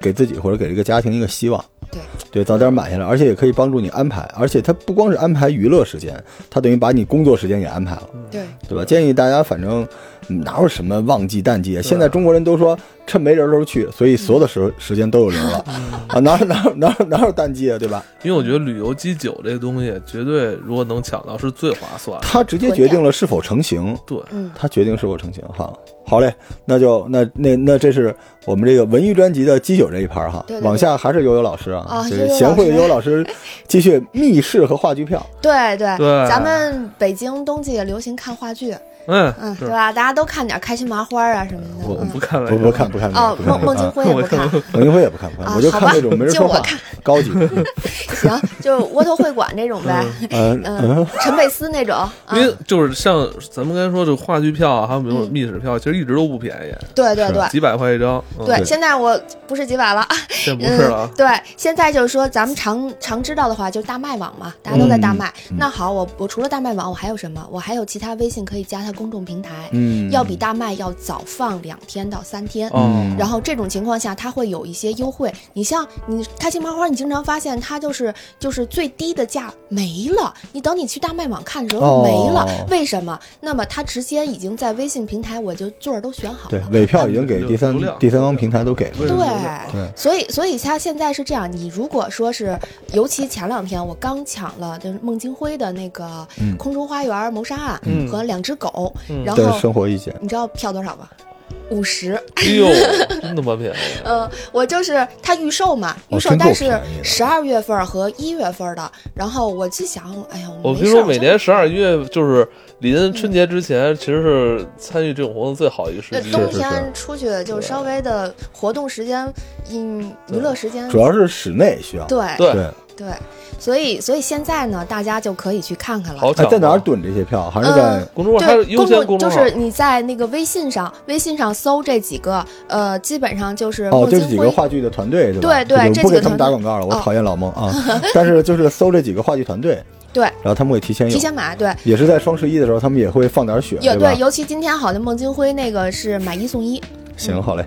Speaker 3: 给自己或者给这个家庭一个希望。
Speaker 4: 对
Speaker 3: 对，早点买下来，而且也可以帮助你安排，而且它不光是安排娱乐时间，它等于把你工作时间也安排了，
Speaker 4: 对，
Speaker 3: 对吧？建议大家反正嗯哪有什么旺季淡季啊，现在中国人都说趁没人儿时候去，所以所有的时候时间都有人 了
Speaker 4: 嗯
Speaker 3: 啊，哪有哪有哪有哪有淡季啊，对吧？
Speaker 2: 因为我觉得旅游基酒这东西，绝对如果能抢到是最划算的。
Speaker 3: 它直接决定了是否成型，
Speaker 2: 对，
Speaker 4: 嗯，
Speaker 3: 它决定是否成型哈。好嘞，那就那那那这是我们这个文艺专辑的基酒这一盘儿哈
Speaker 4: 对，对对
Speaker 3: 往下还是悠悠老师啊，
Speaker 4: 啊
Speaker 3: 就
Speaker 4: 悠
Speaker 3: 是
Speaker 4: 悠
Speaker 3: 贤
Speaker 4: 老
Speaker 3: 惠
Speaker 4: 师
Speaker 3: 悠悠老师继续密室和话剧 票。
Speaker 4: 对对，
Speaker 2: 对
Speaker 4: 咱们北京冬季也流行看话剧，
Speaker 2: 嗯
Speaker 4: 嗯，，
Speaker 2: 是
Speaker 4: 对吧？大家都看点开心麻花啊什么的。
Speaker 3: 我
Speaker 2: 我
Speaker 4: 嗯
Speaker 2: 不看了，
Speaker 3: 不不看不看
Speaker 4: 哦，
Speaker 3: 不看
Speaker 4: 孟孟京
Speaker 3: 啊
Speaker 4: 辉也不看，
Speaker 3: 孟京辉也不看，不看，
Speaker 4: 啊
Speaker 3: 我就看
Speaker 4: 好吧
Speaker 3: 那种没人说
Speaker 4: 就
Speaker 3: 话
Speaker 4: 我看，
Speaker 3: 高级，
Speaker 4: 行，就是窝头会馆这种呗，
Speaker 3: 嗯
Speaker 4: 嗯，陈佩斯那种啊，
Speaker 2: 因为就是像咱们刚才说这话剧票啊，还有那种密室票，其实一直都不便宜，
Speaker 4: 对对嗯对。
Speaker 2: 几百块一张。嗯
Speaker 4: 对，
Speaker 3: 对
Speaker 4: 现在我不是几百了，
Speaker 2: 这不是
Speaker 4: 嗯
Speaker 2: 啊，，
Speaker 4: 对，现在就是说咱们常常知道的话，就是大麦网嘛，大家都在大麦。那好，我我除了大麦网，我还有什么？我还有其他微信可以加它公众平台，
Speaker 3: 嗯，
Speaker 4: 要比大麦要早放两天到三天。
Speaker 2: 哦，
Speaker 4: 然后这种情况下，它会有一些优惠。你像你开心麻花，你经常发现它就是就是最低的价没了。你等你去大麦网看的时候
Speaker 3: 哦
Speaker 4: 没了，为什么？那么它直接已经在微信平台我就座儿都选好
Speaker 3: 对
Speaker 4: 了。
Speaker 3: 尾票已经给第三
Speaker 2: 流量
Speaker 3: 第三方平台都给了，
Speaker 2: 对
Speaker 3: 对
Speaker 4: 所以所以它现在是这样，你如果说是，尤其前两天我刚抢了就是孟京辉的那个
Speaker 3: 嗯
Speaker 4: 《空中花园谋杀案
Speaker 2: 嗯》
Speaker 4: 和两只狗，
Speaker 2: 嗯
Speaker 4: 然
Speaker 3: 对
Speaker 4: 后
Speaker 3: 生活意见，
Speaker 4: 你知道票多少吗？五十。
Speaker 2: 哎呦，真他妈便宜！
Speaker 4: 呃，我就是它预售嘛，
Speaker 3: 哦
Speaker 4: 预售
Speaker 3: 真够
Speaker 4: 但是
Speaker 3: 便宜的
Speaker 4: 十二月份儿和一月份儿的，然后我就想，嗯哎呀，
Speaker 2: 我
Speaker 4: 没
Speaker 2: 听
Speaker 4: 事
Speaker 2: 说
Speaker 4: 儿，
Speaker 2: 哦每
Speaker 4: 就
Speaker 2: 年十二月就是临春节之前，其实是参与这种活动最好一个时
Speaker 4: 这
Speaker 2: 机。
Speaker 4: 呃冬
Speaker 3: 是
Speaker 4: 天出去就稍微的活动时间，嗯，娱乐时间，
Speaker 3: 主要是室内需要，
Speaker 4: 对
Speaker 2: 对
Speaker 3: 对，
Speaker 4: 对，所以所以现在呢，大家就可以去看看了。
Speaker 2: 好
Speaker 3: 哎
Speaker 2: 巧，
Speaker 3: 在哪儿？囤这些票？还是在
Speaker 2: 公众号它是
Speaker 4: 对，
Speaker 2: 优先啊公
Speaker 4: 就
Speaker 2: 众号，
Speaker 4: 是你在那个微信上，微信上搜这几个，呃，基本上就是
Speaker 3: 哦，
Speaker 4: 孟
Speaker 3: 这
Speaker 4: 京
Speaker 3: 是几
Speaker 4: 辉
Speaker 3: 个话剧的团队对吧？
Speaker 4: 对对
Speaker 3: 这个
Speaker 4: 这
Speaker 3: 不
Speaker 4: 几
Speaker 3: 给
Speaker 4: 个
Speaker 3: 他们
Speaker 4: 团
Speaker 3: 打广
Speaker 4: 队
Speaker 3: 告了，我
Speaker 4: 哦
Speaker 3: 讨厌老孟啊，但是就是搜这几个话剧团队，
Speaker 4: 对，
Speaker 3: 然后他们会提前有
Speaker 4: 提，前买，对，
Speaker 3: 也是在双十一的时候，他们也会放点雪，
Speaker 4: 有
Speaker 3: 吧
Speaker 4: 对，？尤其今天好像孟京辉那个是买一送一，
Speaker 3: 行，好嘞。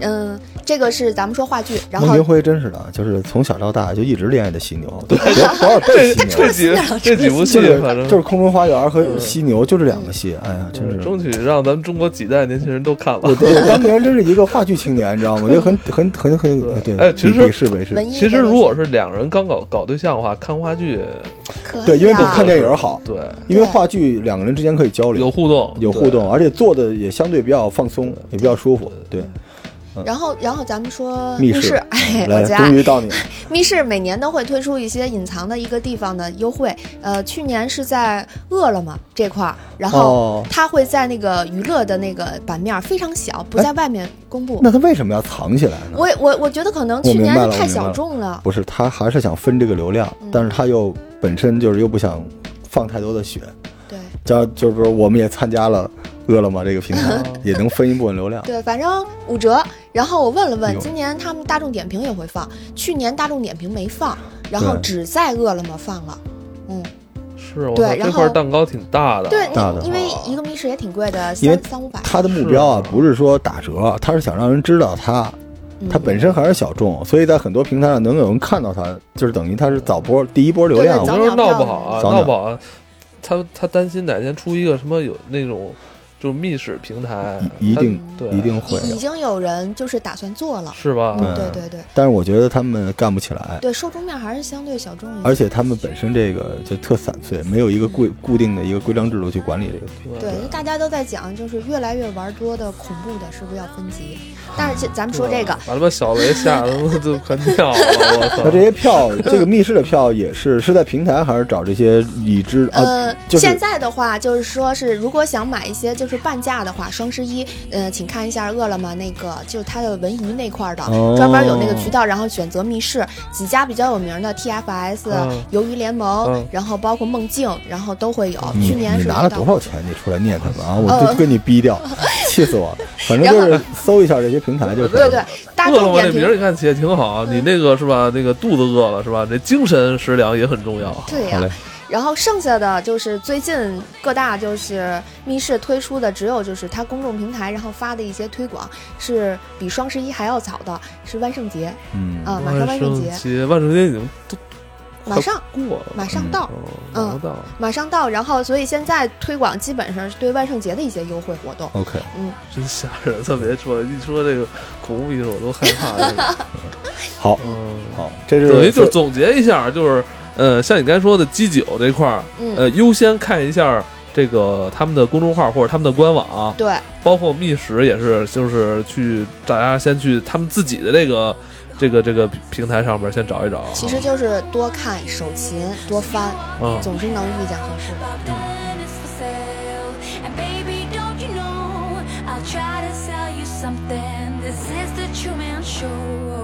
Speaker 4: 嗯，这个是咱们说话剧，然
Speaker 3: 孟
Speaker 4: 后
Speaker 3: 京辉真是的，就是从小到大就一直恋爱的犀牛，对，多少多少倍
Speaker 2: 这
Speaker 3: 犀牛，
Speaker 2: 这几这几部戏
Speaker 3: 就，是
Speaker 2: 反正
Speaker 3: 就是空中花园和犀牛，就这两个戏，哎呀，真是。
Speaker 2: 争取让咱们中国几代年轻人都看
Speaker 3: 我
Speaker 2: 完。
Speaker 3: 我 当年真是一个话剧青年，你知道吗？我觉得很很很很对，
Speaker 2: 哎其实
Speaker 3: 鄙视鄙视，
Speaker 4: 文艺
Speaker 2: 其实
Speaker 4: 的那
Speaker 2: 如
Speaker 4: 些
Speaker 2: 果是两个人刚搞搞对象的话，看话剧
Speaker 4: 可以
Speaker 3: 对，因为
Speaker 4: 啊
Speaker 3: 比看电影好，
Speaker 2: 对
Speaker 3: 因为话剧两个人之间可以交
Speaker 2: 有
Speaker 3: 流，
Speaker 2: 互动，
Speaker 3: 有互动，而且做的也相对比较放松，也比较舒服。对，
Speaker 4: 然后，然后咱们说
Speaker 3: 密
Speaker 4: 室，
Speaker 3: 室
Speaker 4: 哎，我
Speaker 3: 来，
Speaker 4: 家
Speaker 3: 终于到你了，
Speaker 4: 密室每年都会推出一些隐藏的一个地方的优惠。呃，去年是在饿了么这块儿，然后
Speaker 3: 哦
Speaker 4: 它会在那个娱乐的那个版面儿非常小，
Speaker 3: 哎
Speaker 4: 不在外面公布。
Speaker 3: 那他为什么要藏起来呢？
Speaker 4: 我我我觉得可能
Speaker 3: 嗯我
Speaker 4: 去
Speaker 3: 明
Speaker 4: 年
Speaker 3: 白
Speaker 4: 是
Speaker 3: 了我
Speaker 4: 太
Speaker 3: 明白
Speaker 4: 小
Speaker 3: 了
Speaker 4: 众了，
Speaker 3: 不是，他还是想分这个流量，
Speaker 4: 嗯
Speaker 3: 但是他又本身就是又不想放太多的血，
Speaker 4: 对
Speaker 3: 叫就是说我们也参加了饿了么这个平 台，也能分一部分流量。
Speaker 4: 对，反正五折。然后我问了
Speaker 3: 哎
Speaker 4: 问
Speaker 3: 呦，
Speaker 4: 今年他们大众点评也会放，去年大众点评没放，然后
Speaker 3: 对
Speaker 4: 只在饿了么放了。嗯，
Speaker 2: 是我
Speaker 4: 对
Speaker 2: 操，
Speaker 4: 然
Speaker 2: 这块
Speaker 4: 后
Speaker 2: 蛋糕挺大的，啊
Speaker 4: 对，
Speaker 3: 大的
Speaker 4: 因因为一个密室也挺贵的，
Speaker 3: 因为
Speaker 4: 三三五百。
Speaker 3: 他的目标啊，不是说打折，他是想让人知道他，
Speaker 4: 嗯
Speaker 3: 他本身还是小众，所以在很多平台上能有人看到他，就是等于他是早波第一波流量
Speaker 2: 我
Speaker 4: 对
Speaker 2: 跟
Speaker 4: 早
Speaker 2: 你说闹不好啊，
Speaker 3: 早鸟
Speaker 2: 闹不好啊，他他担心哪天出一个什么有那种就是密室平台，
Speaker 3: 嗯一
Speaker 2: 它
Speaker 3: 定
Speaker 2: 对
Speaker 3: 一定会
Speaker 4: 已已
Speaker 3: 有，
Speaker 4: 经有人就是打算做了，
Speaker 2: 是吧？
Speaker 3: 嗯
Speaker 4: 对对对
Speaker 3: 但是我觉得他们干不起来，
Speaker 4: 对，受众面还是相对小众一
Speaker 3: 而
Speaker 4: 些。
Speaker 3: 且他们本身这个就特散碎，没有一个固固定的一个规章制度去管理这个。
Speaker 4: 对，因为大家都在讲，就是越来越玩多的恐怖的，是不是要分级？
Speaker 3: 啊
Speaker 4: 但是咱们说这个，
Speaker 2: 把他妈小雷吓得他妈就快尿了，我操！
Speaker 3: 那这些票，这个密室的票也是是在平台还是找这些已知啊？
Speaker 4: 呃，
Speaker 3: 就是
Speaker 4: 现在的话就是说是，如果想买一些就是半价的话，双十一，呃，请看一下饿了么那个，就是它的文娱那块儿的，
Speaker 3: 哦
Speaker 4: 专门有那个渠道，然后选择密室，几家比较有名的 TFS、
Speaker 2: 嗯
Speaker 4: 鱿鱼联盟，
Speaker 2: 嗯
Speaker 4: 然后包括梦境，然后都会有。
Speaker 3: 你
Speaker 4: 去
Speaker 3: 嗯
Speaker 4: 年
Speaker 3: 你
Speaker 4: 是
Speaker 3: 拿
Speaker 4: 遇
Speaker 3: 了
Speaker 4: 到
Speaker 3: 多少钱？你出来念他们啊！我
Speaker 4: 呃
Speaker 3: 都跟你逼 掉，气死我了！反正就是搜一下这些平台就可以
Speaker 4: 对
Speaker 3: 了。
Speaker 4: 对， 大
Speaker 2: 饿了
Speaker 4: 众
Speaker 2: 么
Speaker 4: 点
Speaker 2: 这名
Speaker 4: 评
Speaker 2: 儿你看起也挺好，啊你那个是吧？那个肚子饿了是吧？这精神食粮也很重要。
Speaker 4: 对啊呀、
Speaker 3: 好嘞
Speaker 4: 然后剩下的就是最近各大就是密室推出的，只有就是它公众平台然后发的一些推广，是比双十一还要早的，是万圣节
Speaker 3: 嗯，
Speaker 4: 啊、马上万圣节，
Speaker 2: 节，万圣节已经都
Speaker 4: 马上
Speaker 2: 过了，
Speaker 4: 马上到，
Speaker 2: 嗯，
Speaker 4: 嗯
Speaker 2: 拿不到。
Speaker 4: 马上到。然后所以现在推广基本上是对万圣节的一些优惠活动。
Speaker 3: OK，
Speaker 2: 真吓人！特别说一说这个恐怖艺术，我都害怕。这个，
Speaker 3: 好，
Speaker 2: 嗯，
Speaker 3: 好，这是
Speaker 2: 等于就是总结一下，就是呃，像你刚才说的基酒这块儿，
Speaker 4: 嗯，
Speaker 2: 呃，优先看一下这个他们的公众号或者他们的官网，
Speaker 4: 对，
Speaker 2: 包括觅食也是，就是去大家先去他们自己的这个这个这个平台上面先找一啊找。
Speaker 4: 其实就是多看手勤，多翻，
Speaker 2: 嗯，
Speaker 4: 总是能遇见合适的。
Speaker 1: I'll try to sell you something. This is the Truman Show.